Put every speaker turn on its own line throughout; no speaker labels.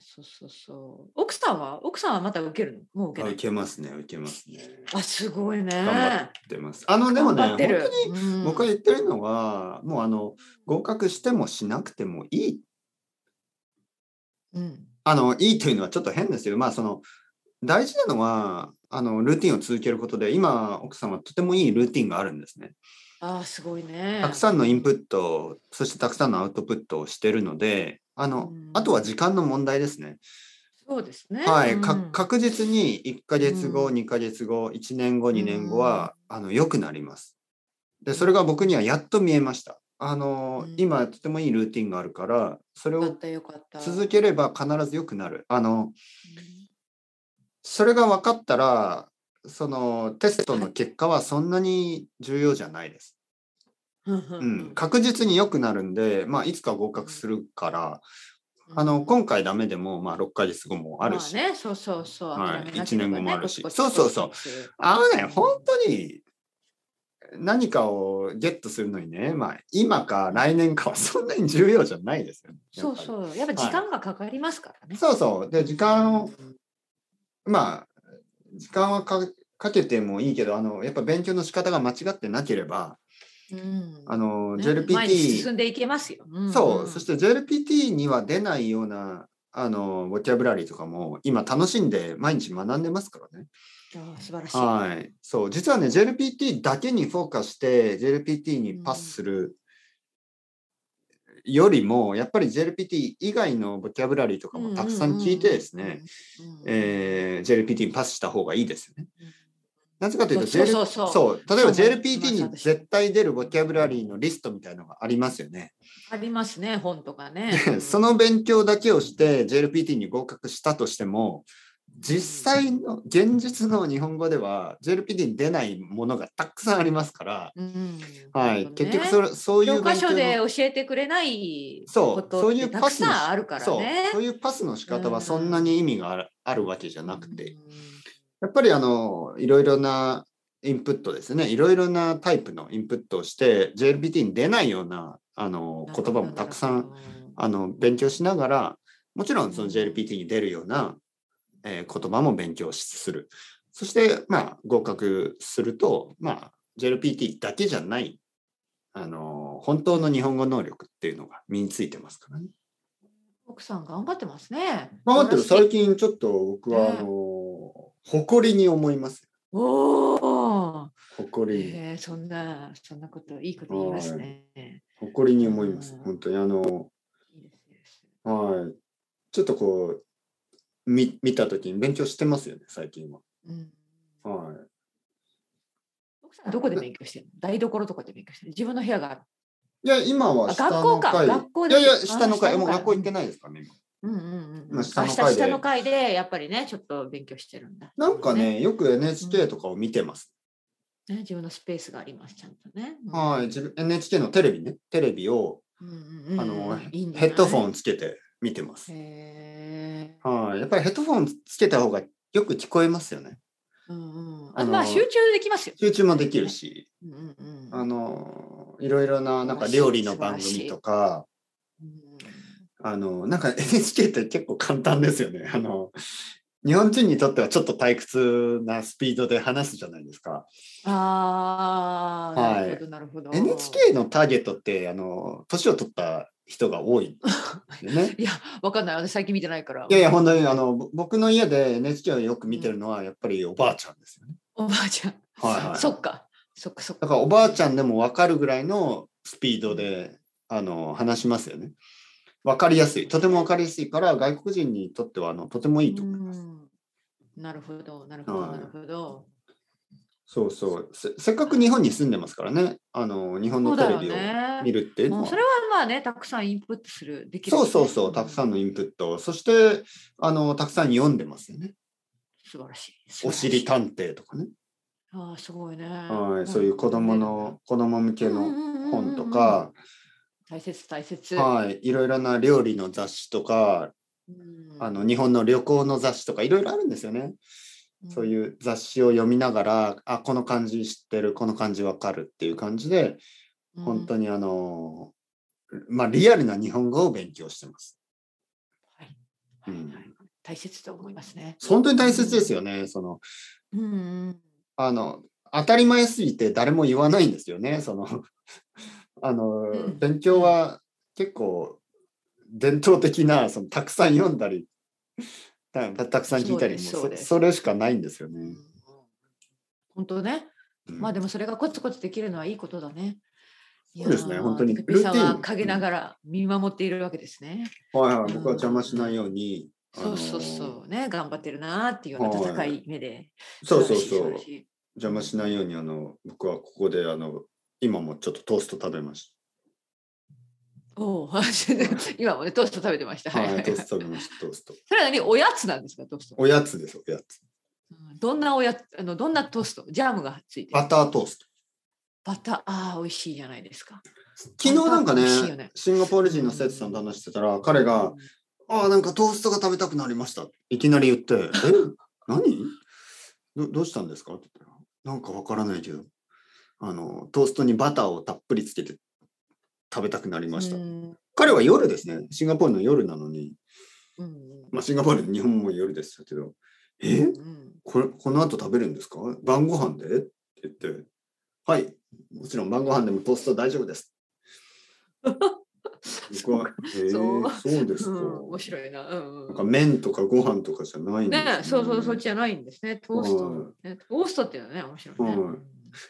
そうそうそう。奥さんは奥さんはまた受けるのもう受け
あ
ない
い。けますね、いけますね。
あ、すごいね。
頑張出ます。あの、でもね、
頑張
本
ってる
当に
うん
僕が言ってるのは、もうあの、合格してもしなくてもいい。
うん。
あの、いいというのはちょっと変ですよ。まあ、その、大事なのは、あの、ルーティンを続けることで、今、奥さんはとてもいいルーティンがあるんですね。
あー、すごいね。
たくさんのインプット、そしてたくさんのアウトプットをしてるので、あの、
うん
あとは時間の問題ですね。
そうですね。
はい、
うん
か確実に1ヶ月後、
う
2ヶ月後、1年後、
ん
2年後は、あの良くなります。で、それが僕にはやっと見えました。あの、
うん
今とてもいいルーティンがあるから、それ
よか
を
ったよかった。
続ければ必ず良くなる。あの、それが分かったら、そのテストの結果はそんなに重要じゃないです。
うん。う
うんん、確実に良くなるんで、まあ、いつか合格するから、
うん
あの、今回ダメでも、まあ、6ヶ月後もあるし、
まあね、そうそうそう。
はい
諦めなければね
一年後もあるし
コツ
そ
コ
う
ツ
そうそう
コツコツ
あのね、本当に何かをゲットするのにね、まあ、今か来年かはそんなに重要じゃないですよ。や
そ
っ
う
ぱり
そう。やっぱ時間がかかりますからね。
そうそう。で、時間を、まあ、時間はかかけてもいいけど、あの、やっぱ勉強の仕方が間違ってなければ、
うん。
あの、
ね前に
JLPT、
進んでいけますよ。ん
そう、そし。て JLPT には出ないような、あの、ボキャブラリーとかも、今楽しんで毎日学んでますからね。
あー素晴らしい。
はい、そう実はね JLPT だけにフォーカスして JLPT にパスするよりも、やっぱり JLPT 以外のボキャブラリーとかもたくさん聞いてですね、
うんうんうん。
えー JLPT にパスした方がいいですよね。なぜかというと
そう
JL
そうそう
例えば
そうなんです
JLPT に絶対出るボキャブラリーのリストみたいなのがありますよね。。
ありますね、本とかね
その勉強だけをして JLPT に合格したとしても実際の現実の日本語では JLPT に出ないものがたくさんありますから、
うん、
はい
なるほどね
結局それそういう
教科
勉強
書で
の
教えてくれない
そ
こ
う
と
そう
っ
い
て
う
た
パ
く
スの
さんあるから
そう
ね。
そういうパスの仕方はそんなに意味がある,、あるわけじゃ
う
なくて
ん。
やっぱりあのいろいろなインプットですねいろいろなタイプのインプットをして JLPT に出ないようなあの言葉もたくさん。あの勉強しながらもちろんその JLPT に出るような、えー言葉も勉強しするそしてまあ合格するとまあ JLPT だけじゃないあの本当の日本語能力っていうのが身についてますからね。
奥さん頑張ってますね。
まあ待ってる
素晴らし
最
い
近ちょっと僕はあ
ね
の誇りに思いますよ
おお。
誇り
えー、そんなそんなこといいこと言いますね。
誇りに思います
うん
本当にあの
いいですいいです
はいちょっとこう見見た時に勉強してますよね最近は。
うん。
はい
奥さんどこで勉強してるの？台所とかで勉強してるの？自分の部屋がある。
いや、今は
あ
下の
学校か
階
学校
い
で
やいや、
す
下の
あ
階。
下の
もう
階
学校行ってないですからね、今。
うんうんうん。
まあ
明日
下の階で
下の階でやっぱりねちょっと勉強してるんだ。
なんかね、よく NHK とかを見てます。
ね自分のスペースがありますちゃんとね。うん
はい、自分 NHK のテレビね、テレビを、
うんうんうん
あの、
いいんじゃない
ヘッドフォンつけて見てます。
へー
はい、やっぱりヘッドフォンつけた方がよく聞こえますよね。
うんうん
あの
まあ集中できますよ。
集中もできるし、
うんうんうん
あの、いろいろな、なんか料理の番組とか、
うん
あの、なんか NHK って結構簡単ですよね。あの、日本人にとってはちょっと退屈なスピードで話すじゃないですか。
ああ、
はい
なるほど、なるほど。
NHK のターゲットってあの年を取った人が多いんでね
。いや、わかんない。私、最近見てないから。
いやいや本当にあのぼ僕の家で NHK をよく見てるのはやっぱりおばあちゃんですよね。
おばあちゃん。
はいはい。
そっか。そっか、そっか。
だからおばあちゃんでも分かるぐらいのスピードであの話しますよね。分かりやすい。とても分かりやすいから外国人にとってはあのとてもいいと思います。
うんなるほど、なるほど、
はい
なるほど。
そうそうせ。せっかく日本に住んでますからね。あの日本
そ
の
う
テ
だ
レ
よ
ビを
ね。
見るっていうの
もう
は
そ。れはまあね、たくさんインプットする、できる、
そうそうそう。たくさんのインプット。そしてあのたくさん読んでますよね。
素晴らしい。素晴
お
らしい
尻探偵とかね、
ああ、すごいね。
はい、そういう子供の子供向けの本
本
と。か、
大切、大切。
はい、いろいろな料理の雑誌とか、あの日本の旅行の雑誌とかいろいろあるんですよね。そう
うん。
いう雑誌を読みながら、あこの漢字知ってる、この漢字わかるっていう感じで、本当
に。
にあのまあリアルな日本語を勉強してます。
はいはいはい
うん
大切と思いますね。
本当に大切ですよね。その、
うんうん、
あの、当たり前すぎて誰も言わないんですよね。その、 あの、
ん
勉強は結構伝統的な、その、たくさん読んだり、たたくさん聞いたりも
そうですそうです
それしかないんですよね。
本当ね、
うん
まあでもそれがコツコツできるのはいいことだね。
そうです
い
ね
やー
本当に
テクピさん
ルーテ
は
ィン
陰ながら見守っているわけですね。
はいはい、僕は邪魔しないように。あ
そ
の
うそうそうね、頑張ってるなーっていうような戦い目で。
そうそう
素晴
そ
ら
う
しい素晴ら。しい
邪魔しないように、あの、僕はここで、あの、今もちょっとトースト食べまし
おお、 今もね、トースト食べてました。
た。
はい、
は、
はいい
ト。ースト食べました、トース ト。
それは何、おやつなんですか、トースト。
おやつです、おやつ。
うんどんなおやつ、あの、どんなトースト、ジャムがついてる。
バタートースト。
バター、ああ、美味しいじゃないですか。
昨日なんか
美味しいよね
ね、シンガポール人の生徒さんと話してたら、彼が、ああ、なんかトーストが食べたくなりました。いきなり言 って、え何どどうしたんですかって言ったら、なんかわからないけど、あの、トーストにバターをたっぷりつけて食べたくなりました
う。ん
彼は夜ですね。シンガポールの夜なのに、
うん
まあ、シンガポールで日本も夜ですけど、え
うん
これこの後食べるんですか晩ご飯でって言って、はい、もちろん晩ご飯でもトースト大丈 夫です。僕は、えー
そう
そうです
う
か。
ん、面白いな。うん
なん
う
か
ん
麺とかご飯とかじゃないんです
ね、そうそう、そっちじゃないんですね。トース
は
ト。ねトーストっていうのはね、面白いね。
はい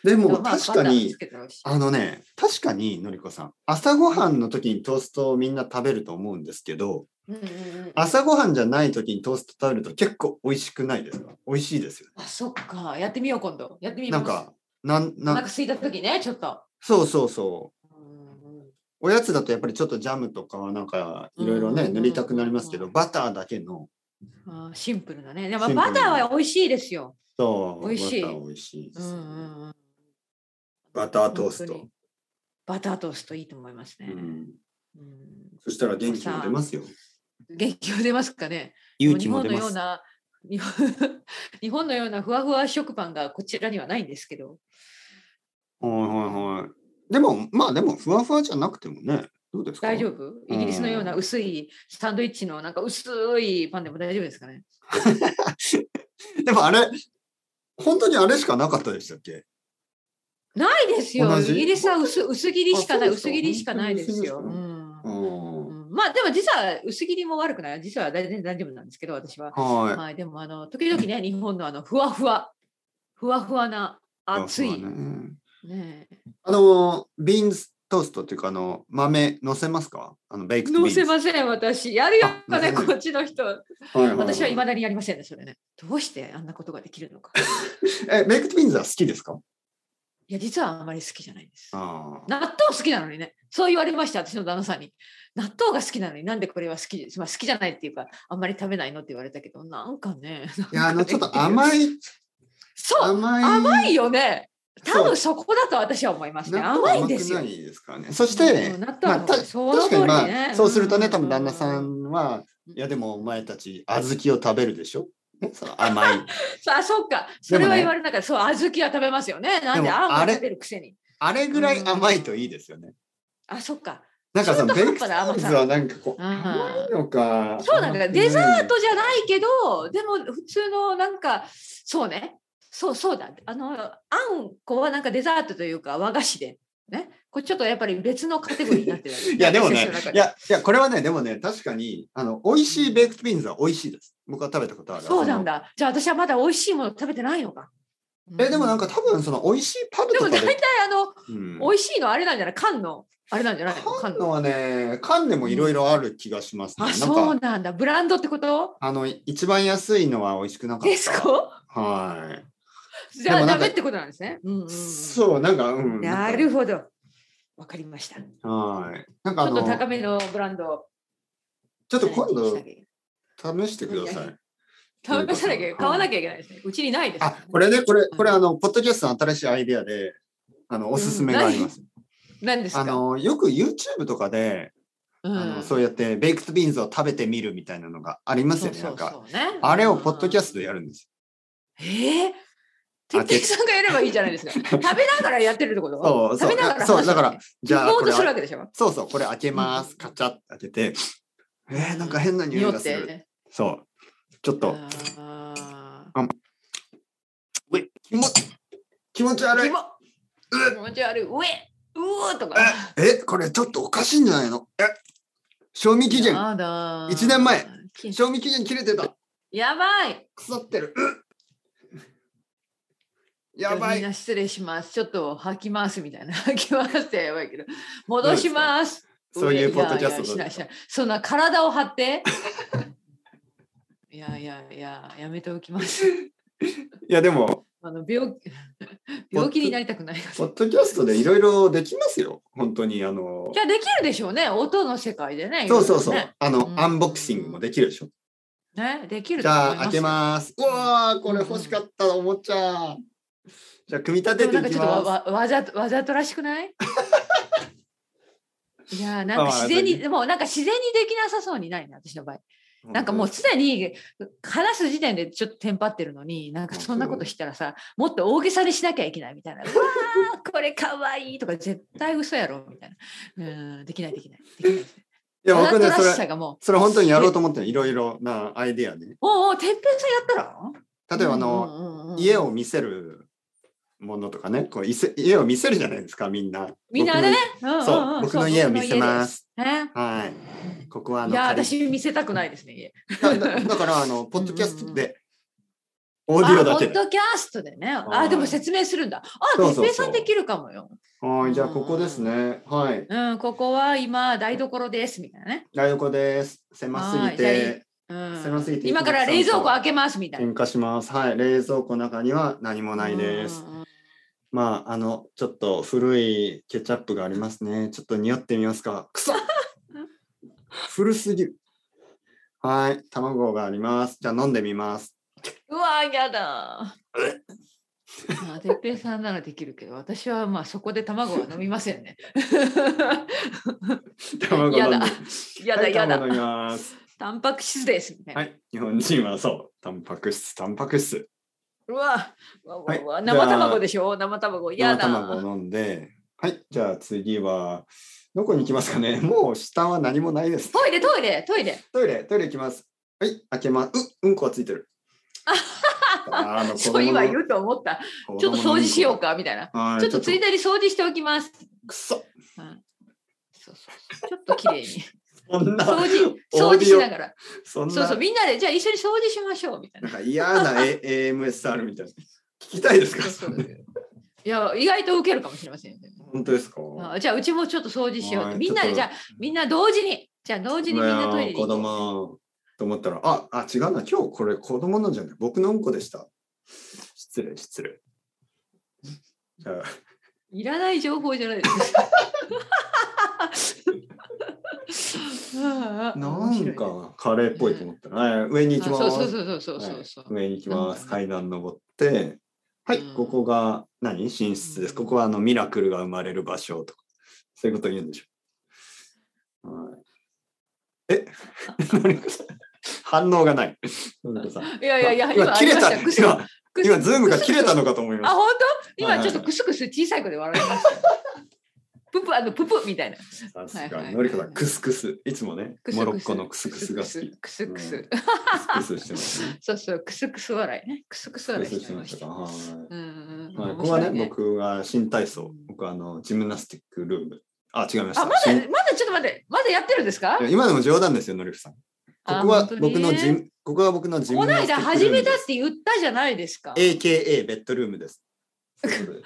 で
うん
も
まあ
確か
バター
に
つ、けたら美味しい
あのね、確かにのりこさん、朝ごはんの時にトーストをみんな食べると思うんですけど、
うんうんうん
朝ごはんじゃない時にトースト食べると結構美味しくないですか美味しいですよね。
あ、そっか、やってみよう、今度。やってみま
な
す
んか、なん、
なん
な
か、
ん
空いた時ね、ちょっと。
そうそうそう。
うんうん
おやつだとやっぱりちょっとジャムとかはなんかいろいろ
うんうん
ね
うん
塗りたくなりますけどバターだけの
あーシンプルだね。でも
シンプル
バターは美味しいですよ。
そう
美味しい
バター美味しいで
うん
すよね
うんうん、
バタートー
本
ス
当
ト
に、バタートーストいいと思います
う
ね。
ん、
うん
そしたら元気も出ますよ
元気が出ますかね。
勇気も
日
出
本の
ま
よう
す
な日本 日本のようなふわふわ食パンがこちらにはないんですけど。
はいはいはいでもまあでもふわふわじゃなくてもねどうですか
大丈
夫
夫イギリスのような薄いサンドイッチのなんか薄いパンでも大丈夫ですかね
でもあれ本当にあれしかなかったでしたっけ
ないですよ。
同
イ
じ
ギリスは薄薄切りしかない
あそうで
薄
すか
切りしかないですよ。
本当に薄
うん
うん
うんまあでも実は薄切りも悪くない実は大全然大丈夫なんですけど私は。
は
はい、でもあの時々ね日本のあのふわふわふわふわない熱い
ふわふわね
ねえ
あのビーンズトーストっていうかあの豆乗せますかあのベイクト
乗
ビー
せ
ンズ
ません私やるよ
あ
ね
乗せない
こっちの人
はいはい
私は
はい
未だにやりませんねそれねどうしてあんなことができるのか
えベイクトビーンズは好きですか
いや実はあまり好きじゃないです
ああ
納豆好きなのにねそう言われました私の旦那さんに納豆が好きなのになんでこれは好きです、まあ、好きじゃないっていうかあんまり食べないのって言われたけどなんかね
いや、あの、ちょっと甘い、
そう
甘い。
甘いよね多
そう
分そこだと私は思いますね
納豆
甘いんですよ
甘くないですからね。そして
うん、納豆
まあ、
の
た
その
確
通りね
かにまあ、そうするとね、多分旦那
う
さんは、
うん
いや、でもお前たち、小豆を食べるでしょねその甘い。
さあ、そっか。それは
でもね
言われなかった。そう、小豆は食べますよね。なん
で
で、
も
あん
あ
ま
れ
食べるくせに。
あれぐらい甘いといいですよね。
あ、そっか。
なんかその、
中
ベイ
途
ク
半端な甘さ
トビーンズはなんかこう、
うん
甘いのか。。
そうなんだ。デザートじゃないいけど、でも、普通の、なんか、そうね。そうそうだ。あの、あんこはなんかデザートというか、和菓子で。ね。これちょっとやっぱり別のカテゴリーになってる。
いや、でも
私
ね
の中、で
いや、いや、これはね、でもね、確かに、あの、美味しいベイクトビーンズは美味しいです。僕は食べたことある。
そうなんだ。じゃあ、私はまだ美味しいもの食べてないのか。
その。え、でもなんか
う
多分、その、美味しいパブ
で
と
も
か
大体
で。
あの、
うん
美味しいのあれなんじゃない缶の、あれなんじゃないの
缶
缶
の
の。
はね、缶でもいろいろある気がしますね。
あ、
な
そ
ん
う
か、
なんだ。ブランドってこと
あの、一番安いのは美味しくなかった。
ですか
は
じゃ
で
あ
もな
ダ
んか
メってことなんですね。うんうんうん
い。そう、なんか、うん。
なるほど。わかりました。ち
ど。はい。なんかあ
ょっ
の、
と
ちょ
高めのブランドを。
っと今度
試
試してください。
さなきゃ、買わなきゃいけないですね。うちにないです、
あ、これね、これ、これ、あの、ポッドキャストの新しいアイデアで、あの、おすすめがあります。
何ですか
あの、よく YouTube とかで、
うん
あのそうやって、ベイクトビーンズを食べてみるみたいなのがありますよね。
そうそう
なん
そ
か、
うね
あれをポッドキャストでやるんです。
ええー。てっさんがやればいいじゃないですか。食べながらやってるってこと
そうそう
食べながら話す
そうだからじゃあ、
リポ
こ
ー
れ
トするわけでしょ
そうそう、これ開けます。
うん
カチャッて開けて、えー、なんか変な匂いがす
匂っ
る。
て
そう。ちょっと、
あ
うえ気持ち、気持ち
ー
悪
キ
い。
モ
う
気持ち悪い。うえうおとか。
え、これちょっとおかしいんじゃないのえ、賞味期限、
やだー
一年前
き
賞味期限切れてた。
やばい。
腐ってる。うっやば
みん
い。
な失礼します。ちょっと吐きますみたいな。 吐きますってやばいけど。戻します。
そういうポッドキャス
いやい
トだ
やしないしないそんな体を張って。 いやいやいや、やめておき ます。
いや、でも、
あの病気 病気になりたくない。い
ポッドキャストでいろいろできますよ。本当に、あの、
や、できるでしょうね。音の世界でね。
そうそうそ
いろいろ
う。あの
う、ん
アンボクシングもできるでしょ。
ね。ね、できる
じ
と思い
ゃあ、
ます。
開けます。うわー、これ欲しかった、おもちゃ。じゃあ、組み立
で
て
もな
て
んか
いき
ちょっとわ
ます。
わわざとわざとらしくない いやーなんか自然
まあまあ
にでもなんか自然にできなさそうにないな私の場合なんかもうすでに話す時点でちょっとテンパってるのになんかそんなことしたらさもっと大げさにしなきゃいけないみたいな「うわーこれかわいい」とか絶対嘘やろみたいなうんできないできないできないですね
いや、
わざ
僕
と
ね、
ら
そ
し
れ、
さがもう
それ本当にやろうと思ってるいろいろなアイディアで。
「おうおうてっぺんさんやったら?
例えば、あの、
うんうんうんうん」
家を見せるものとかねこういせ家を見せるじゃないですかみんな
みんなでね、、
僕のそう僕の家を見せますす
ね、
はいここはあ
い
の
や
借り
私見せたくないですね家
だだだからあのポッドキャストでオーディオだけ
あ
で
ポッドキャストでね。
は
あ、
い
でも説明するんだ。あ、
そう
哲
そうそう
平さんできるかもよ。
はいじゃあここですねはい
うん、ここは今台所ですみたいなね。
台横です狭すぎ
はいじゃあい
て
うん、
狭すぎて
今から冷蔵庫開けますみたいな。
喧嘩しますはい冷蔵庫の中には何もないです
うんうんうん。
まああのちょっと古いケチャップがありますねちょっと匂ってみますかくそ古すぎるはい卵がありますじゃあ飲んでみます
うわ、やだ。まあ、哲平さんならできるけど、私はまあそこで卵は飲みませ んね。
卵 飲
や
んで
だ。やだ、や
は
だ
い、。飲 みます。
タンパク質ですみたいな。
はい、日本人はそう、タンパク質、タンパク質。
うわ、うわうわうわ
はい
生卵でしょ生卵。や
生
だ。
卵を飲んで、はい、じゃあ次は、どこに行きますかねもう下は何もないです。
トイレ、トイレ、トイレ。
トイレ、トイレ行きます。はい、開けます。う、うんこはつい てる。ああの
そう今言うと思った。ちょっと掃除しよう。かみたいな。
子供のはい、
ちょっとつい
て。
でに掃除しておきます。
くそ。
うんそうそうそうちょっときれいに
そん な、
掃除
オー
掃除
ディ
し
オ
ながら
そんな、
そうそうみんなでじゃあ一緒に掃除しましょうみたい
な
なん
か嫌な A- AMSR みたいな。聞きたいですか
そうそういや意外と受けるかもしれませんよね、
本当ですか
あじゃあうちもちょっと掃除しようっ
は
て
い
みんな
ち
で
ょっと
じゃあみんな同時にじゃあ同時にみんなトイレに
子供と思ったら、あ、あ、違うな、今日これ子供なんじゃない、僕のうんこでした。失礼、失礼。じゃあ
いらない情報じゃないです か
なんかカレーっぽいと思ったら、はい、上に
面
行き
白い
ま
ねあ
す。
そうそうそうそうそうそう、
はい上に行きます。
うん
階段登って、はい、
うん
ここが何寝室です。ここはあのミラクルが生まれる場所とか、そういうこと言うんでしょ。はい、え、 何かさん反応がない。何かさん
いやいやいや
今
今あ
切
り
れ
ま
た
したクス
今
クス
今ズームが
クス
切れたのかと思いま
あ、
し
本当
はい
今
はい
ちょっとクスクス小さい子で笑い ました。ププ、あの、ププみたいな。
た。さす
はい
が
はい
のりこさんクスクスいつもね
クスクス
モロッコのクスクスが好き。
クスクス。
クスクスしてます。
そうそう、クスクス笑いね。クスクス
ク
笑
ス
い
ク
し
スしてて
ま
ま
し
した
た
か。。はい。
うん
はい、
うん。
ここはね
面白い
僕は新体操僕はあのジムナスティックルームあ違いました
あ、まだ、
新
まだちょっと待って、まだやってるんですか
いや今でも冗談ですよのりこさんこ
あ
こは
本当に
僕のジムここは僕のジ
こ
ム
の
ナステ
間
ィック
始
ルー
め
ムで
たっ
す
て言ったじゃないですか。
AKA ベッドルームです そういうことで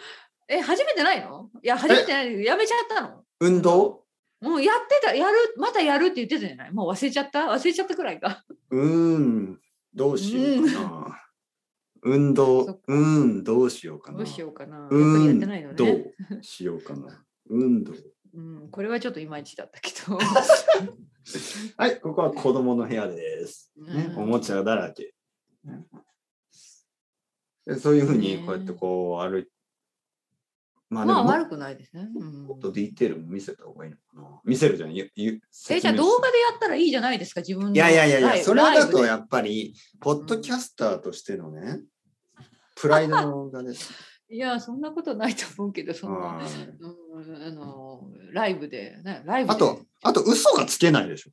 え、始めてないのいや、始めてない。やめちゃったの
運動
もうやってた、やる、またやるって言ってたじゃないもう忘れちゃった忘れちゃったくらいか。
うーんどうしようかな運
そっ
動
か
うーんどうしようかな
どうしようかな。やっぱ
う
りやっ
ん
てないのね。
どうしよう かな。運動。
うん、これはちょっといまいちだったけど。
はい、ここは子供の部屋です。ね、
うん
おもちゃだらけ。でそういうふうに
ね
こうやってこう歩いまあで
まあ
もも
悪くないですね。うん
っとディテールも見せた方がいいのかな。見せるじゃん。ゆゆ
えじゃあ
説明
動画
し
でやったらいいじゃないですか自分の
いやいやいや
ラ
い
イ
や、
ブ
それだと
ラ
や
イ
っぱり、ポッドキャスターとしてのね、プライドの動画です。
ブでい やそんなことないと思うけどそんな、
はい
うん、あのライブで、ね、ライブで
あと、あと嘘がつけないでしょ。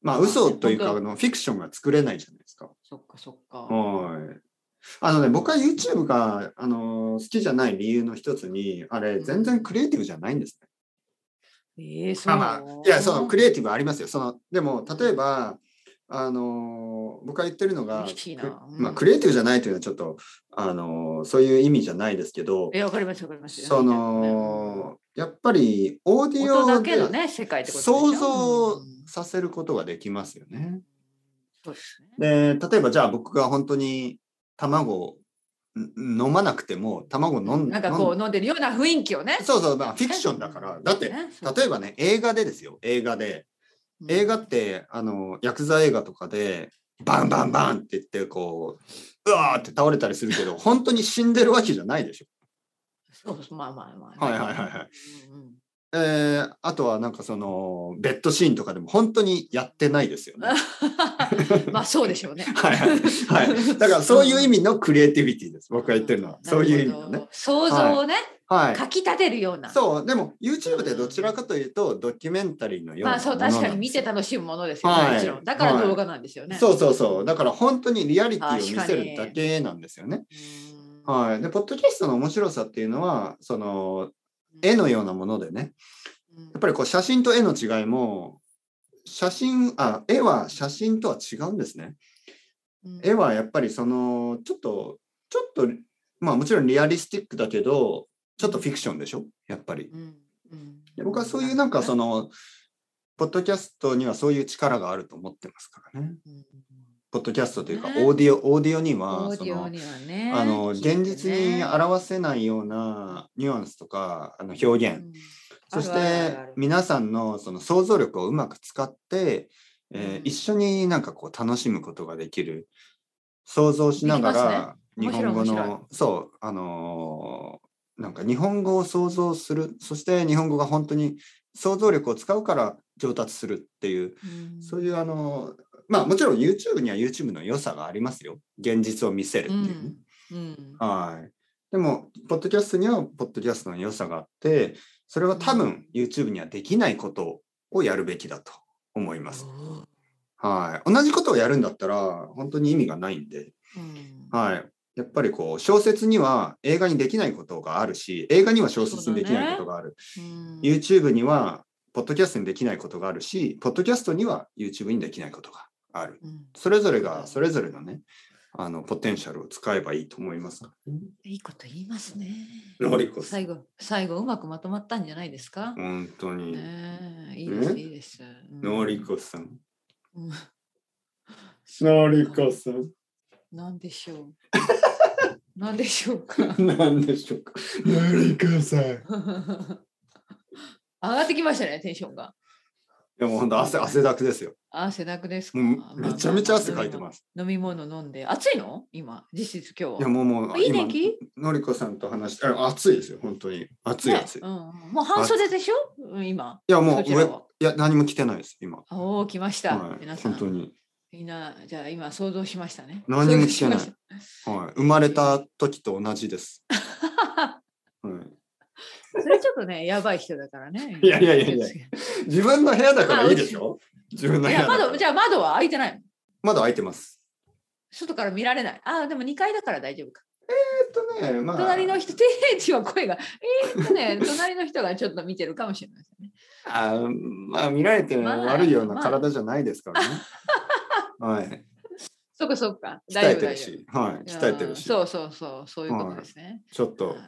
まあ
そうね
嘘というかあ
本
のフィクションが作れないじゃないですか。
そっかそっか。
はい。あのね、僕は YouTube が、あのー好きじゃない理由の一つに、あれ、全然クリエイティブじゃないんですね。
ええそう
まあ
なの、
まあ、いや、そのクリエイティブはありますよ。そのでも、例えば、あのー僕が言ってるのが、
ミキティな
く
うん
まあ、クリエイティブじゃないというのはちょっと、あのーそういう意味じゃないですけど、
え、わかりますわかります。
その、やっぱりオーディ
音
オ
だけ
で
のね、世界ってことでしょ
想像
うん
させることができますよね。
そうですね。
で例えばじゃあ僕が本当に卵をん飲まなくても卵飲ん
なんかこ
飲
う飲んでるような雰囲気をね。
そうそうまあフィクションだからだって
ねそう
例えばね映画でですよ映画で映画ってあのヤクザ映画とかでバンバンバンって言ってこううわーって倒れたりするけ ど本当に死んでるわけじゃないでしょ。
そうそうまあまあまあ。
はいはいはいはい
うんうん。
えーあとはなんかそのベッドシーンとかでも本当にやってないですよね。
まあそうでしょうね。
はいはいはい、だからそういう意味のクリエイティビティです僕が言っ てるのはそういう意味の
なる
ね
ほ。ど。想像をね、
はい、
かき立てるような。
そう、でも YouTube でどちらかというとドキュメンタリーのような
まあそう確かに見て楽しむものですよね、
はい
もちろん。だから動画なんですよね。
そうそうそう。だから本当にリアリティを見せるだけなんですよね。
うん
はい。で、ポッドキャストの面白さっていうのは、その絵のようなものでね、やっぱりこう写真と絵の違いも、写真、あ、絵は写真とは違うんですね。
うん
絵はやっぱりその、ちょっと、ちょっと、まあもちろんリアリスティックだけど、ちょっとフィクションでしょやっぱり。
うんうん
で僕はそういうなんかそのポッドキャストにはそういう力があると思ってますからね。
うん
ポッドキャストというか、
ね
オーディオオーディオに
オ
は
ー
そ
ディオ
の
にはね。
あの現実に
表
表せないようなニュアンスとかあの表現、そし
あるある
て
ある
皆さんのその想像力をうまく使って、えー
うん
一緒になんかこう楽しむことができる想像しなが
できま
ら、
ね
日本語
面白い面
のそうあのーなんか日本語を想像するそして日本語が本当に想像力を使うから上達するっていうそういうあのーまあもちろん YouTube には YouTube の良さがありますよ現実を見せるっていうね。
うんうん
はい。でも、ポッドキャストには、ポッドキャストの良さがあって、それは多分、YouTube にはできないことをやるべきだと思います。はい。同じことをやるんだったら、本当に意味がないんで、
うん
はい。やっぱりこう、小説には映画にできないことがあるし、映画には小説にできないことがある。
うん
YouTube には、ポッドキャストにできないことがあるし、ポッドキャストには YouTube にできないことがある。
うん
それぞれが、それぞれのね、あの、ポテンシャルを使えばいいと思います。
いいこと言いますね。
ロリコさん
最後、最後うまくまとまったんじゃないですか。
本当に。
ねえ、いいです、
ね
いいです。うん
のりこさん。
うん
のりこさん。
なんでしょう。 なんでしょうか。
なんでしょうか。のりこさん。い
上がってきましたね、テンションが。
やもう本当汗汗だくですよ。
あ、汗だくですか。
もうめちゃめちゃ汗かいて
す
ます。
飲み物飲んで暑いの今実質今
い
日
や
は
もうもう
いい
今
天気
のりこさんと話してあ暑いですよ本当に暑い
ね
暑い。い
うん、もう半袖でしょうん今
やもう
そちら
上い
は
や何も着てないです今。
あおお来ました、
はい
皆さん
本当に
みんなじゃあ今想像しましたね
何も着てない
想像し
はい生まれた時と同じです。
ました
はい
それちょっとねやばい人だからね
いやいやいやいや自分の部屋だからいいでしょ。自分の
いや
部屋だから
窓じゃあ窓は開いてないの
まだ開いてます。
外から見られないあでも2階だから大丈夫か
えっとねまあ
隣の人、定地は声が、えーっとね、 隣の人がちょっと見てるかもしれませんね。
あーまあ見られて
まあ
悪いような
まあ
体じゃないです からね。はい。
そっかそっか、
鍛
大丈夫
えてる
大丈
し、はい、鍛えてる
夫。
し、
そうそうそう、そういうことですね。
ちょっと
はい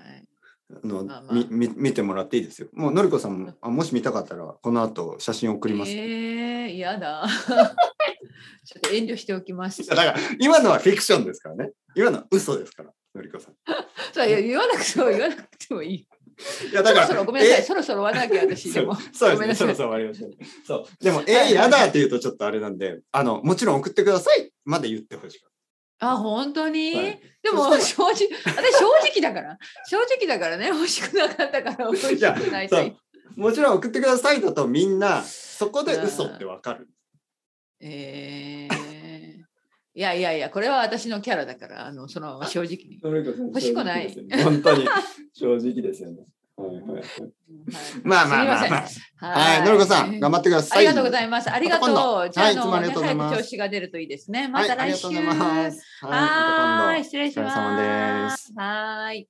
あの、
まあまあ
みみ見てもらっていいですよ。もうのりこさんもあもし見たかったらこの後写真送ります。い
ええー、やだ。 ちょっと遠慮しておきます。
やだから今のはフィクションですからね。今のは嘘ですから。のりこさん。
そういや言わなくても言わなくてもいい。
いや
そ
だか
ろ
ら
そろごめんなさい、
え
そろそろ終わらなきゃ私 でも。
そう
ごめんな
です
さ
ね。
い
そろそろ終わりましょう。そう。でも、
はい
えー、やだって言うとちょっとあれなんで、あの、もちろん送ってくださいまで言ってほしい。
あ、本当に、
はい
でも
そし
正直、私正直だから、正直だからね、 欲しくなかったから欲しくないと
そ。うもちろん送ってくださいだとみんな、そこで嘘ってわかる。
えー、いやいやいや、これは私のキャラだから、あのその正直に。
欲
欲しくない
本当に正直ですよね。ほうほうほう
はい
まあまあまあ
すみ
ま
ま
あ。 はい、のりこさん、頑張ってくだ
あ
さ
り
い。
がとうございます。ありがと
また今
う。
度
じゃあ、あ
はいいつもあ
の、
り
ね、
がとうござい
早
ます
く調子が出るといいですね。また来週。
はい、ありがとうございます。はい、また今度
はーい、失礼します。
お疲れ様です
はーい。